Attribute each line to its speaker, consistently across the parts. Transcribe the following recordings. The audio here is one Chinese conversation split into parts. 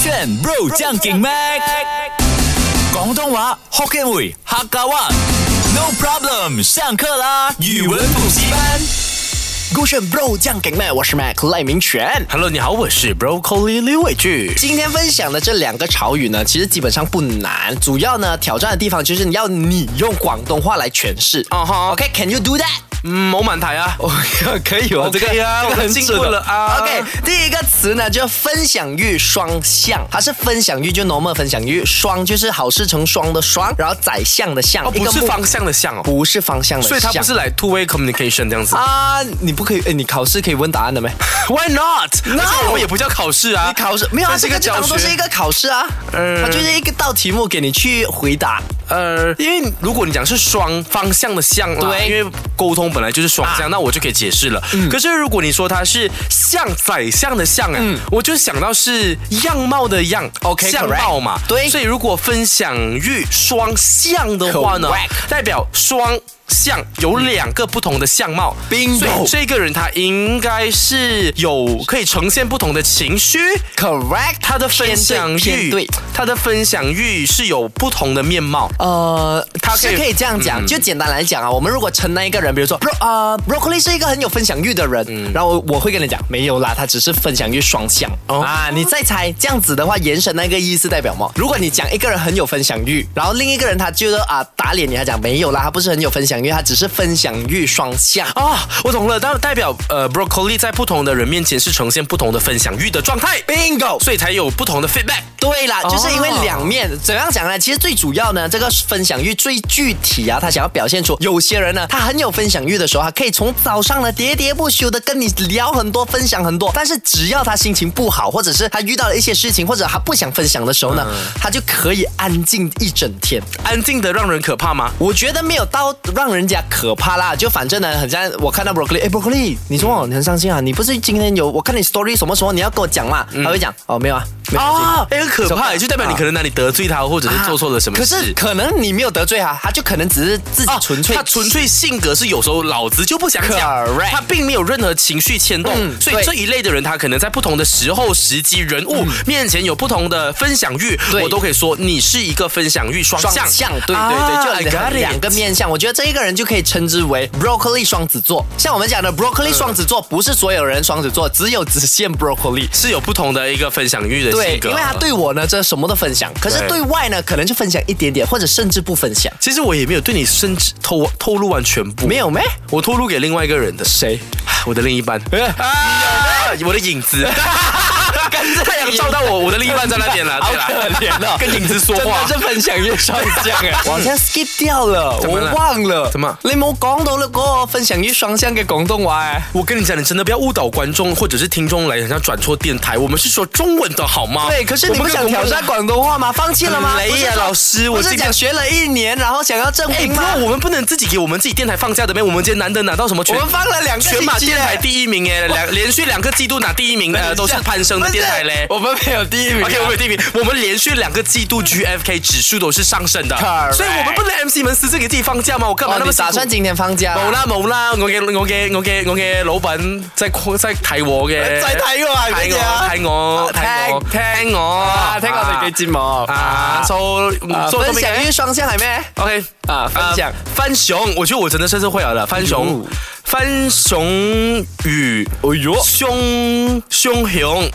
Speaker 1: 选 Bro 将劲 Mac，广东话 Hokkien 语客家话。No problem，上课啦！语文补习班。
Speaker 2: 勾选 Bro 酱给麦，我是 Mac 赖明全。
Speaker 3: Hello，你好，我是 Broccoli 刘伟俊。
Speaker 2: 今天分享的这两个潮语呢，其实基本上不难，主要呢挑战的地方就是你要你用广东话来诠释。
Speaker 3: 啊哈
Speaker 2: OK，Can、you do that？
Speaker 3: 嗯，冇问题啊。
Speaker 2: 哦，可以哦
Speaker 3: OK 啊
Speaker 2: 这个
Speaker 3: 我
Speaker 2: 很
Speaker 3: 进
Speaker 2: 准
Speaker 3: 步了啊
Speaker 2: OK，第一个词呢叫分享欲双向，它是分享欲就 normal 分享欲，双就是好事成双的双，然后宰相的相，
Speaker 3: 哦，
Speaker 2: 一
Speaker 3: 不
Speaker 2: 个
Speaker 3: 是
Speaker 2: 木
Speaker 3: 方，向的向哦，
Speaker 2: 不是方向的
Speaker 3: 所
Speaker 2: 向，
Speaker 3: 以它不是来 two way communication 这样子。
Speaker 2: 啊，你不可以，哎，你考试可以问答案的没？
Speaker 3: Why not？那我们也不叫考试啊
Speaker 2: 你，考试没有啊？
Speaker 3: 这是一个
Speaker 2: 这个就当
Speaker 3: 教
Speaker 2: 做
Speaker 3: 学
Speaker 2: 是一个考试啊，
Speaker 3: 呃
Speaker 2: 它就是一个道题目给你去回答。
Speaker 3: 呃，因为如果你讲是双方向的向啦，
Speaker 2: 对啊嗯
Speaker 3: 因为沟通本来就是双向，那我就可以解释了。可是如果你说它是像宰相的相，
Speaker 2: 嗯
Speaker 3: 哎，我就想到是样貌的样
Speaker 2: OK，
Speaker 3: 相
Speaker 2: correct
Speaker 3: 貌嘛。
Speaker 2: 对
Speaker 3: 所以如果分享欲双向的话呢
Speaker 2: Correct，
Speaker 3: 代表双。向有两个不同的相貌，
Speaker 2: Bingo
Speaker 3: 所以这个人他应该是有可以呈现不同的情绪，
Speaker 2: Correct，
Speaker 3: 他的分享
Speaker 2: 偏
Speaker 3: 欲
Speaker 2: 对。，
Speaker 3: 他的分享欲是有不同的面貌。
Speaker 2: 呃，他
Speaker 3: 它可以
Speaker 2: 是可以这样
Speaker 3: 嗯
Speaker 2: 讲，就简单来讲啊，我们如果称那一个人，比如说 bro 呃 broccoli 是一个很有分享欲的人，
Speaker 3: 嗯
Speaker 2: 然后我我会跟你讲，没有啦，他只是分享欲双向、
Speaker 3: 哦
Speaker 2: 啊。你再猜，这样子的话，延伸那个意思代表什么？如果你讲一个人很有分享欲，然后另一个人他就是啊打脸你，他讲没有啦，他不是很有分享欲，他只是分享欲双向。
Speaker 3: 哦，我懂了，代代表呃，broccoli 在不同的人面前是呈现不同的分享欲的状态，
Speaker 2: Bingo。
Speaker 3: 所以才有不同的 feedback。
Speaker 2: 对啦，就是因为
Speaker 3: 哦
Speaker 2: 两面，怎样讲呢？其实最主要呢，这个分享欲最具体啊，他想要表现出有些人呢，他很有分享欲的时候，他可以从早上呢喋喋不休的跟你聊很多，分享很多。但是只要他心情不好，或者是他遇到了一些事情，或者他不想分享的时候呢，他就可以安静一整天。
Speaker 3: 安静的让人可怕吗？
Speaker 2: 我觉得没有到让人家可怕啦，就反正呢，很像我看到 broccoli，哎，broccoli，你说哦，你很伤心啊，你不是今天有我看你 story 什么什么，你要跟我讲嘛？他会讲哦，没有啊，没有啊。
Speaker 3: 啊，哎，很可怕，也就代表你可能哪里得罪他，或者是做错了什么
Speaker 2: 可
Speaker 3: 事。
Speaker 2: 是可能你没有得罪他，他就可能只是自己
Speaker 3: 啊
Speaker 2: 纯粹、
Speaker 3: 他纯粹性格是有时候老子就不想讲
Speaker 2: Correct，
Speaker 3: 他并没有任何情绪牵动，
Speaker 2: 嗯
Speaker 3: 所以
Speaker 2: 对
Speaker 3: 这一类的人，他可能在不同的时候、时机、人物、面前有不同的分享欲，
Speaker 2: 对
Speaker 3: 我都可以说你是一个分享欲双向，
Speaker 2: 双向，对对对，
Speaker 3: 啊
Speaker 2: 就
Speaker 3: I
Speaker 2: 两
Speaker 3: got it
Speaker 2: 两个面向。我觉得这一个人就可以称之为 broccoli 双子座。像我们讲的 broccoli 双子座，不是所有人双子座，只有只限 broccoli。
Speaker 3: 是有不同的一个分享欲的
Speaker 2: 对，
Speaker 3: 性格，
Speaker 2: 因为他对我呢，这什么都分享，可是
Speaker 3: 对
Speaker 2: 对外呢，可能就分享一点点，或者甚至不分享。
Speaker 3: 其实我也没有对你甚至透透露完全部，
Speaker 2: 没有咩？
Speaker 3: 我透露给另外一个人的，
Speaker 2: 谁？
Speaker 3: 我的另一半，
Speaker 2: 哎
Speaker 3: 啊，我的影 子。太阳照到我，我的另一半在那边了，对啦，跟影子说话，
Speaker 2: 哦真的是分享欲双向哎，我好像 skip 掉了，
Speaker 3: 怎
Speaker 2: 我
Speaker 3: 么了
Speaker 2: 忘了。
Speaker 3: 怎么
Speaker 2: 你冇讲到呢個分享欲双向嘅廣東話哎。
Speaker 3: 我跟你讲，你真的不要误导观众或者是听众来，很像转错电台。我们是说中文的好吗？
Speaker 2: 对，可是
Speaker 3: 我
Speaker 2: 你哦不
Speaker 3: 们
Speaker 2: 想
Speaker 3: 跟
Speaker 2: 挑战广东话吗？放弃了吗？
Speaker 3: 很雷
Speaker 2: 不是
Speaker 3: 呀
Speaker 2: 说
Speaker 3: 老师我
Speaker 2: 不是
Speaker 3: 今天
Speaker 2: 讲学了一年，然后想要证
Speaker 3: 哎，
Speaker 2: 明吗？
Speaker 3: 不，我们不能自己给我们自己电台放假的咩？我们今天难得拿到什么
Speaker 2: 我
Speaker 3: 全
Speaker 2: 们放了两个
Speaker 3: 全马
Speaker 2: 星期
Speaker 3: 电台
Speaker 2: 嘞啊
Speaker 3: 第一名哎，两连续两个季度拿第一名，呃，都是攀升的电台嘞。
Speaker 2: 不是我们没有 第一名啊。
Speaker 3: OK，我们有第一名，我们连续两个季度 GFK 指数都是上升的
Speaker 2: Correct
Speaker 3: 所以我们不能 MC 们私自给自己放假吗？我干嘛
Speaker 2: 哦
Speaker 3: 那么
Speaker 2: 你
Speaker 3: 辛苦
Speaker 2: 打算今天放假？啊
Speaker 3: 冇啦冇啦，我嘅我嘅我嘅我嘅老闆在在睇我嘅，
Speaker 2: 再睇我係乜嘢啊
Speaker 3: 睇我睇我睇我聽我
Speaker 2: 啊，聽我哋嘅節目
Speaker 3: 啊，做
Speaker 2: 啊
Speaker 3: 做
Speaker 2: 分享欲双向係咩？
Speaker 3: OK
Speaker 2: 啊分享嗯
Speaker 3: 翻熊，我觉得我真的甚至会了的翻熊
Speaker 2: 哟，
Speaker 3: 翻熊与
Speaker 2: 哦哟
Speaker 3: 熊熊 熊，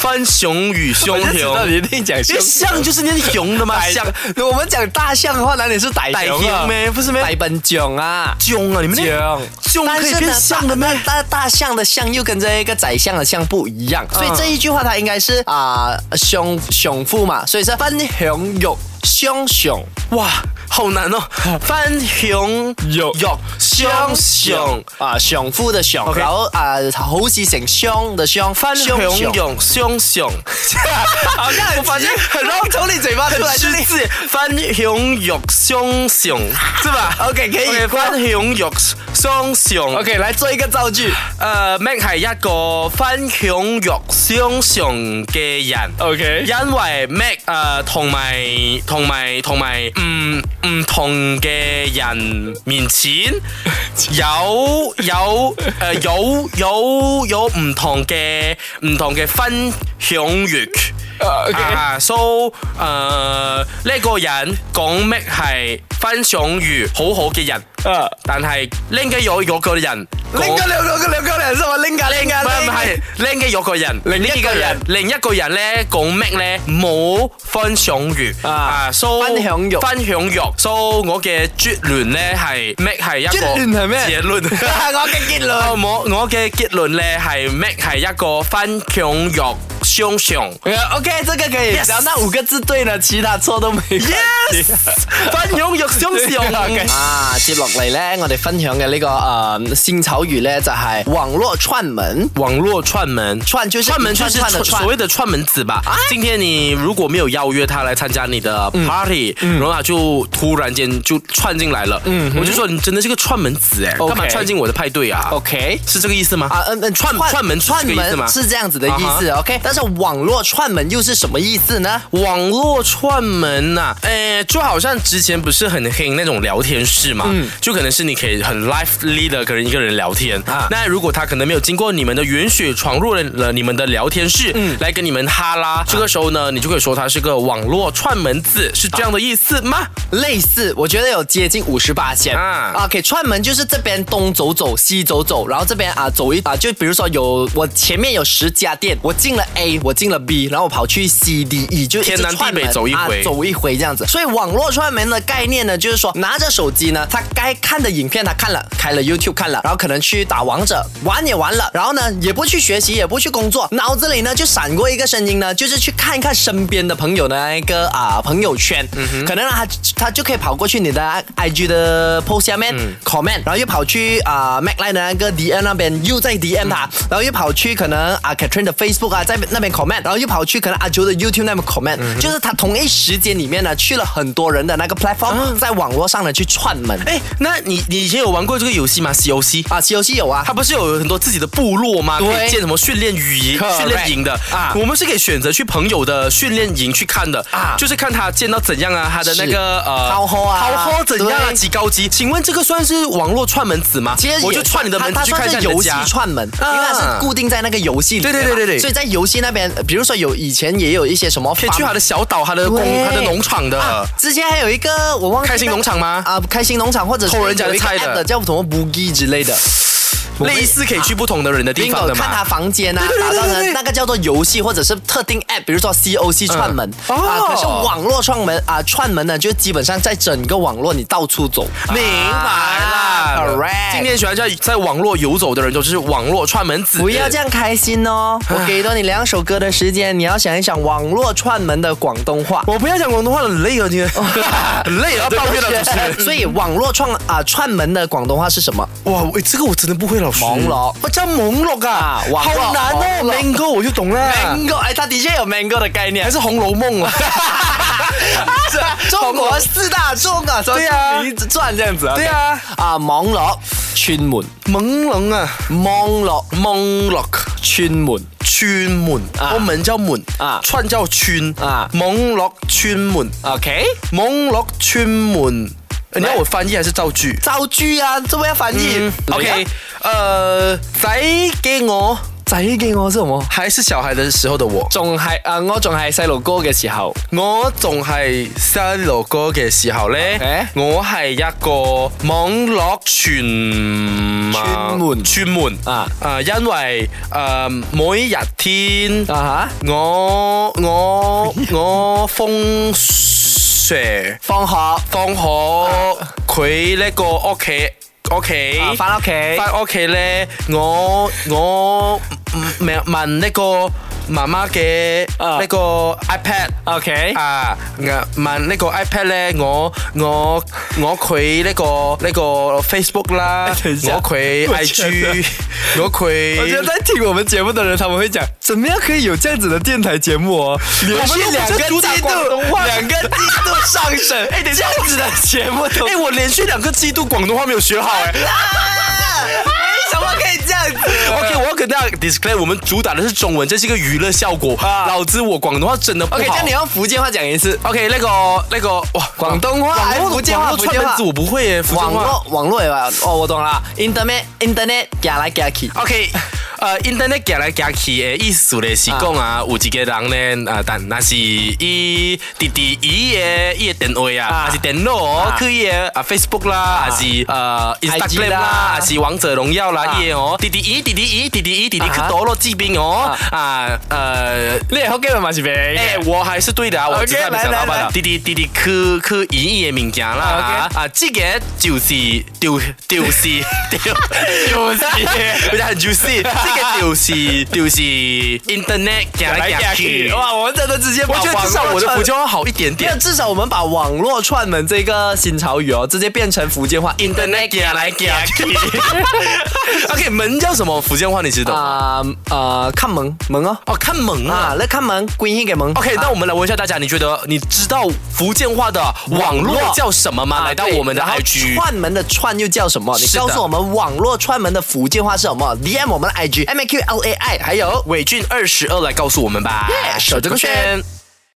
Speaker 3: 翻熊与熊
Speaker 2: 我就知道
Speaker 3: 熊
Speaker 2: 你。一定讲
Speaker 3: 因为象就是念熊的嘛，象
Speaker 2: 象，我们讲大象的话，哪里是逮
Speaker 3: 逮
Speaker 2: 熊啊
Speaker 3: 熊？咩？不是咩？
Speaker 2: 逮本囧啊！
Speaker 3: 囧啊！你们那
Speaker 2: 囧
Speaker 3: 囧可以变象的咩？
Speaker 2: 大大象的象又跟这一个宰相的象不一样，所以这一句话它应该是啊、熊熊父嘛，所以是分熊肉熊熊
Speaker 3: 哇，好难 哦！翻熊
Speaker 2: 肉
Speaker 3: 肉熊熊，
Speaker 2: 啊熊父的熊
Speaker 3: OK
Speaker 2: 然后啊好似成凶的凶，
Speaker 3: 翻熊
Speaker 2: 熊
Speaker 3: 熊熊熊，
Speaker 2: 好像很
Speaker 3: 发现
Speaker 2: 很容易从你嘴巴出来，就
Speaker 3: 狮
Speaker 2: 是
Speaker 3: 子翻熊肉熊熊，是 吧
Speaker 2: OK，可以
Speaker 3: OK，
Speaker 2: 过
Speaker 3: 翻熊肉熊熊。
Speaker 2: 哎 OK 呃来做一个造句
Speaker 3: 誒 Mac 係一個翻熊肉相熊嘅人。
Speaker 2: ，OK
Speaker 3: 因為 Mac 誒同埋同埋同埋唔唔同嘅人面 前有有誒有有有唔同嘅唔同嘅分享欲。
Speaker 2: 啊，OK
Speaker 3: 啊，so 誒呢個人講咩係分享欲好好嘅人，
Speaker 2: 啊
Speaker 3: 但係拎緊咗嗰個人
Speaker 2: 拎
Speaker 3: 講
Speaker 2: 個兩個兩個兩什麼拎噶拎噶
Speaker 3: 唔係唔係，另一個人，
Speaker 2: 另一個人
Speaker 3: 另一個人咧講咩咧冇分享欲
Speaker 2: 啊
Speaker 3: ，so
Speaker 2: 分享欲
Speaker 3: 分享欲，so 我嘅結論咧係咩係一個
Speaker 2: 結論係咩
Speaker 3: 結論
Speaker 2: 我嘅結
Speaker 3: 啊
Speaker 2: 論。
Speaker 3: 我我嘅結論咧係咩係一個分享欲雙向。
Speaker 2: OK，這個可以。
Speaker 3: Yes
Speaker 2: 然後那五個字對呢，其他錯都沒關
Speaker 3: Yes，
Speaker 2: 係。
Speaker 3: 分享欲雙向。
Speaker 2: 啊，接落嚟咧，我哋分享嘅呢、個誒、呃、新潮語咧，就係、網絡串門。
Speaker 3: 網絡串門，
Speaker 2: 串就是
Speaker 3: 串門就是
Speaker 2: 串串的串啊
Speaker 3: 所謂的串門子吧。今天你如果沒有邀約他來參加你的 party，、然後
Speaker 2: 嗯
Speaker 3: 他就突然間就串進來了，我就說你真的是個串门子哎、幹
Speaker 2: OK
Speaker 3: 嘛串進我的派對啊
Speaker 2: OK。
Speaker 3: 是這個意思嗎？
Speaker 2: 啊，嗯嗯，
Speaker 3: 串串门是
Speaker 2: 串
Speaker 3: 這個意思啊
Speaker 2: 門
Speaker 3: 嗎？
Speaker 2: 是這樣子的意思、o k 但是網絡串門又是什麼意思呢？
Speaker 3: 网络串门呐、诶，就好像之前不是很黑那种聊天室嘛，就可能是你可以很 lively 的跟一个人聊天
Speaker 2: 啊
Speaker 3: 那如果他可能没有经过你们的允许，闯入了了你们的聊天室，来跟你们哈拉，这个时候呢，你就可以说他是个网络串门子，是这样的意思吗？
Speaker 2: 类似，我觉得有接近五十八线
Speaker 3: 啊
Speaker 2: 啊。OK，串门就是这边东走走，西走走，然后这边啊走一啊，就比如说有我前面有十家店，我进了 A，我进了 B，然后我跑去 C、D、E，就一直
Speaker 3: 天南地
Speaker 2: 串门
Speaker 3: 北走一
Speaker 2: 啊
Speaker 3: 回
Speaker 2: 走一回这样子。所以网络串门的概念呢，就是说拿着手机呢，他该看的影片他看了，开了 YouTube 看了，然后可能去打王者玩也玩了，然后呢也不去学习，也不去工作，脑子里呢就闪过一个声音呢，就是去看一看身边的朋友的那一个啊朋友圈，
Speaker 3: 嗯
Speaker 2: 可能呢他他就可以跑过去你的 IG 的 post 下面、comment，然后
Speaker 3: 嗯
Speaker 2: 又跑去啊、Mac Line 的那个 DM 那边又在 DM
Speaker 3: 嗯
Speaker 2: 他，然后又跑去可能啊 Catherine 的 Facebook 啊在那边 comment，然后又跑去可能阿九的 YouTube 那边 comment，、就是
Speaker 3: 嗯
Speaker 2: 他同一时间里面呢去了很多人的那个 platform，、在网络上呢去串门。
Speaker 3: 啊哎，那你你以前有玩过这个游戏吗？COC？
Speaker 2: 啊，西游记有啊
Speaker 3: 它，不是有很多自己的部落吗？可
Speaker 2: 对
Speaker 3: 以建什么训练语营、
Speaker 2: Correct
Speaker 3: 训练营的
Speaker 2: 啊
Speaker 3: 我们是可以选择去朋友的训练营去看的
Speaker 2: 啊
Speaker 3: 就是看他建到怎样啊，他的那个呃，
Speaker 2: 好喝啊
Speaker 3: 好喝怎样啊，
Speaker 2: 对
Speaker 3: 几高级？请问这个算是网络串门子吗
Speaker 2: 其实？也
Speaker 3: 我就串你的门
Speaker 2: 它
Speaker 3: 子
Speaker 2: 它
Speaker 3: 去看一下
Speaker 2: 算
Speaker 3: 你
Speaker 2: 是
Speaker 3: 的
Speaker 2: 游戏
Speaker 3: 家。
Speaker 2: 串门，因
Speaker 3: 啊
Speaker 2: 为它是固定在那个游戏里面嘛。
Speaker 3: 对对对对对
Speaker 2: 所以在游戏那边，呃比如说有以前也有一些什么
Speaker 3: 可以去他的小岛、他的工、
Speaker 2: 对
Speaker 3: 他的农场的。
Speaker 2: 啊，之前还有一个我忘记
Speaker 3: 开心农场吗
Speaker 2: 啊，开心农场或者是
Speaker 3: 偷人家的
Speaker 2: 有一个
Speaker 3: 菜的
Speaker 2: app 叫什么 Boogie 之类的。
Speaker 3: 类似可以去不同的人的地方
Speaker 2: bingo
Speaker 3: 的嘛
Speaker 2: 看他房间啊，
Speaker 3: 对对
Speaker 2: 打
Speaker 3: 对
Speaker 2: 造
Speaker 3: 对
Speaker 2: 成
Speaker 3: 对
Speaker 2: 那个叫做游戏或者是特定 app，比如说 COC 串门、
Speaker 3: 哦
Speaker 2: 啊，可是网络串门啊，串门呢就基本上在整个网络你到处走，啊
Speaker 3: 明白啦
Speaker 2: correct。
Speaker 3: 啊今天喜欢在在网络游走的人，就是网络串门子。
Speaker 2: 不要这样开心哦！我给多你两首歌的时间，你要想一想网络串门的广东话。
Speaker 3: 我不要讲广东话了，很累啊，今天很累啊，抱怨了主持 人。
Speaker 2: 所以网络串啊串门的广东话是什么？
Speaker 3: 哇，喂，这个我真的不会，老师。
Speaker 2: 网络
Speaker 3: 我叫蒙络啊，
Speaker 2: 网络
Speaker 3: 好难哦
Speaker 2: 网络
Speaker 3: ，Mango 我就懂了，
Speaker 2: mango，哎，它的确有 mango 的概念
Speaker 3: 啊还。是《红楼梦》啊。
Speaker 2: 中国四大众啊，
Speaker 3: 对啊
Speaker 2: 一直转这样子。
Speaker 3: 对啊
Speaker 2: OK，啊网络串门，
Speaker 3: 朦胧啊，
Speaker 2: 网络
Speaker 3: 蒙络
Speaker 2: 串门。
Speaker 3: 串门，我门叫门
Speaker 2: 啊
Speaker 3: 串叫圈
Speaker 2: 啊
Speaker 3: 蒙络串门，
Speaker 2: OK，
Speaker 3: 蒙络串门。呃你要我翻译还是造句
Speaker 2: 造句啊，这么要翻译。
Speaker 3: 嗯？OK，呃，仔给我
Speaker 2: 仔嘅我是什么？
Speaker 3: 还是小孩的时候的我，
Speaker 2: 仲系啊，我仲系细路哥嘅时候。
Speaker 3: 我仲係細路哥嘅時候呢
Speaker 2: OK
Speaker 3: 我係一個網絡傳
Speaker 2: 傳媒
Speaker 3: 傳媒
Speaker 2: 啊
Speaker 3: 啊因為誒、呃每日天
Speaker 2: 啊哈，
Speaker 3: 我我我風蛇
Speaker 2: 放學
Speaker 3: 放學佢呢個屋企屋企
Speaker 2: 啊翻屋企。
Speaker 3: 翻屋企咧，我我問問呢個媽媽嘅
Speaker 2: 啊
Speaker 3: 呢個 iPad。
Speaker 2: OK，
Speaker 3: 啊！問呢個 iPad 咧，我我我佢呢個呢個 Facebook 啦，
Speaker 2: 等一下
Speaker 3: 我佢
Speaker 2: 我覺得
Speaker 3: IG，我佢
Speaker 2: 我觉得在听我们节目的人，他们会讲，怎么样可以有这样子的电台节目哦？连续两个
Speaker 3: 主
Speaker 2: 季
Speaker 3: 打广
Speaker 2: 度
Speaker 3: 东，话
Speaker 2: 两个季度上升， 哎，这样子的节目都，
Speaker 3: 哎、我连续两个季度广东话没有学好哎、
Speaker 2: 啊为什么可以这样子？
Speaker 3: OK，我要跟大家 disclaim，我们主打的是中文，这是一个娱乐效果。
Speaker 2: 啊
Speaker 3: 老子我广东话真的不好。
Speaker 2: OK，这样你用福建话讲一次，
Speaker 3: OK，那个那个哇，
Speaker 2: 广东话
Speaker 3: 网络
Speaker 2: 福建话
Speaker 3: 网络串门子我不会耶，福建
Speaker 2: 网哎
Speaker 3: 话。
Speaker 2: 络网络也吧？哦，我懂了，internet internet 加来加去
Speaker 3: OK，呃 internet 行來行去嘅意思咧是講啊，有一個人咧啊，但那是伊弟弟伊嘅伊嘅電話啊，
Speaker 4: 啊
Speaker 3: 還是電腦哦
Speaker 4: 啊，
Speaker 3: 去伊嘅啊 Facebook 啦，
Speaker 4: 啊
Speaker 3: 還是呃 Instagram
Speaker 4: 啦
Speaker 3: 啦，還是王者榮耀啦
Speaker 4: 啊，
Speaker 3: 伊嘅哦，弟弟伊弟弟伊弟弟伊弟弟
Speaker 4: 啊
Speaker 3: 去
Speaker 4: 哈
Speaker 3: 多咯治病哦啊呃。
Speaker 2: 你也 Hokkien 嘛是袂？
Speaker 3: 哎、我还是对的啊，我知道
Speaker 2: OK，
Speaker 3: 你想老
Speaker 2: 来来
Speaker 3: 板
Speaker 2: 来
Speaker 3: 了。弟弟弟弟去去医院的物件啦
Speaker 2: 啊
Speaker 3: 啊，这个就是丢丢是丢。
Speaker 2: 就是，
Speaker 3: 不是很 juicy，这个就是就是 internet 讲来讲去，
Speaker 2: 哇，我们真的直接把
Speaker 3: 我觉得
Speaker 2: 网
Speaker 3: 至少
Speaker 2: 络
Speaker 3: 我的
Speaker 2: 串
Speaker 3: 福建话好一点
Speaker 2: 没有
Speaker 3: 点。
Speaker 2: 至少我们把网络串门这个新潮语哦，直接变成福建话
Speaker 3: internet 讲来讲去，OK，门叫什么福建话你知道？
Speaker 2: 啊呃，看门门哦
Speaker 3: 哦，看门啊。
Speaker 2: 啊，来看门，归一给门。
Speaker 3: OK，那我们来问一下大家，你觉得你知道福建话的网络叫什么吗？
Speaker 2: 啊
Speaker 3: 来到
Speaker 2: 对
Speaker 3: 我们的
Speaker 2: 然后
Speaker 3: IG，
Speaker 2: 串门的串又叫什么？你
Speaker 3: 是的
Speaker 2: 告诉我们网络串门的福建话是什么？DM 我们的 IG M A Q L A I，还有
Speaker 3: 伟俊二十二来告诉我们吧。
Speaker 2: 手这个圈。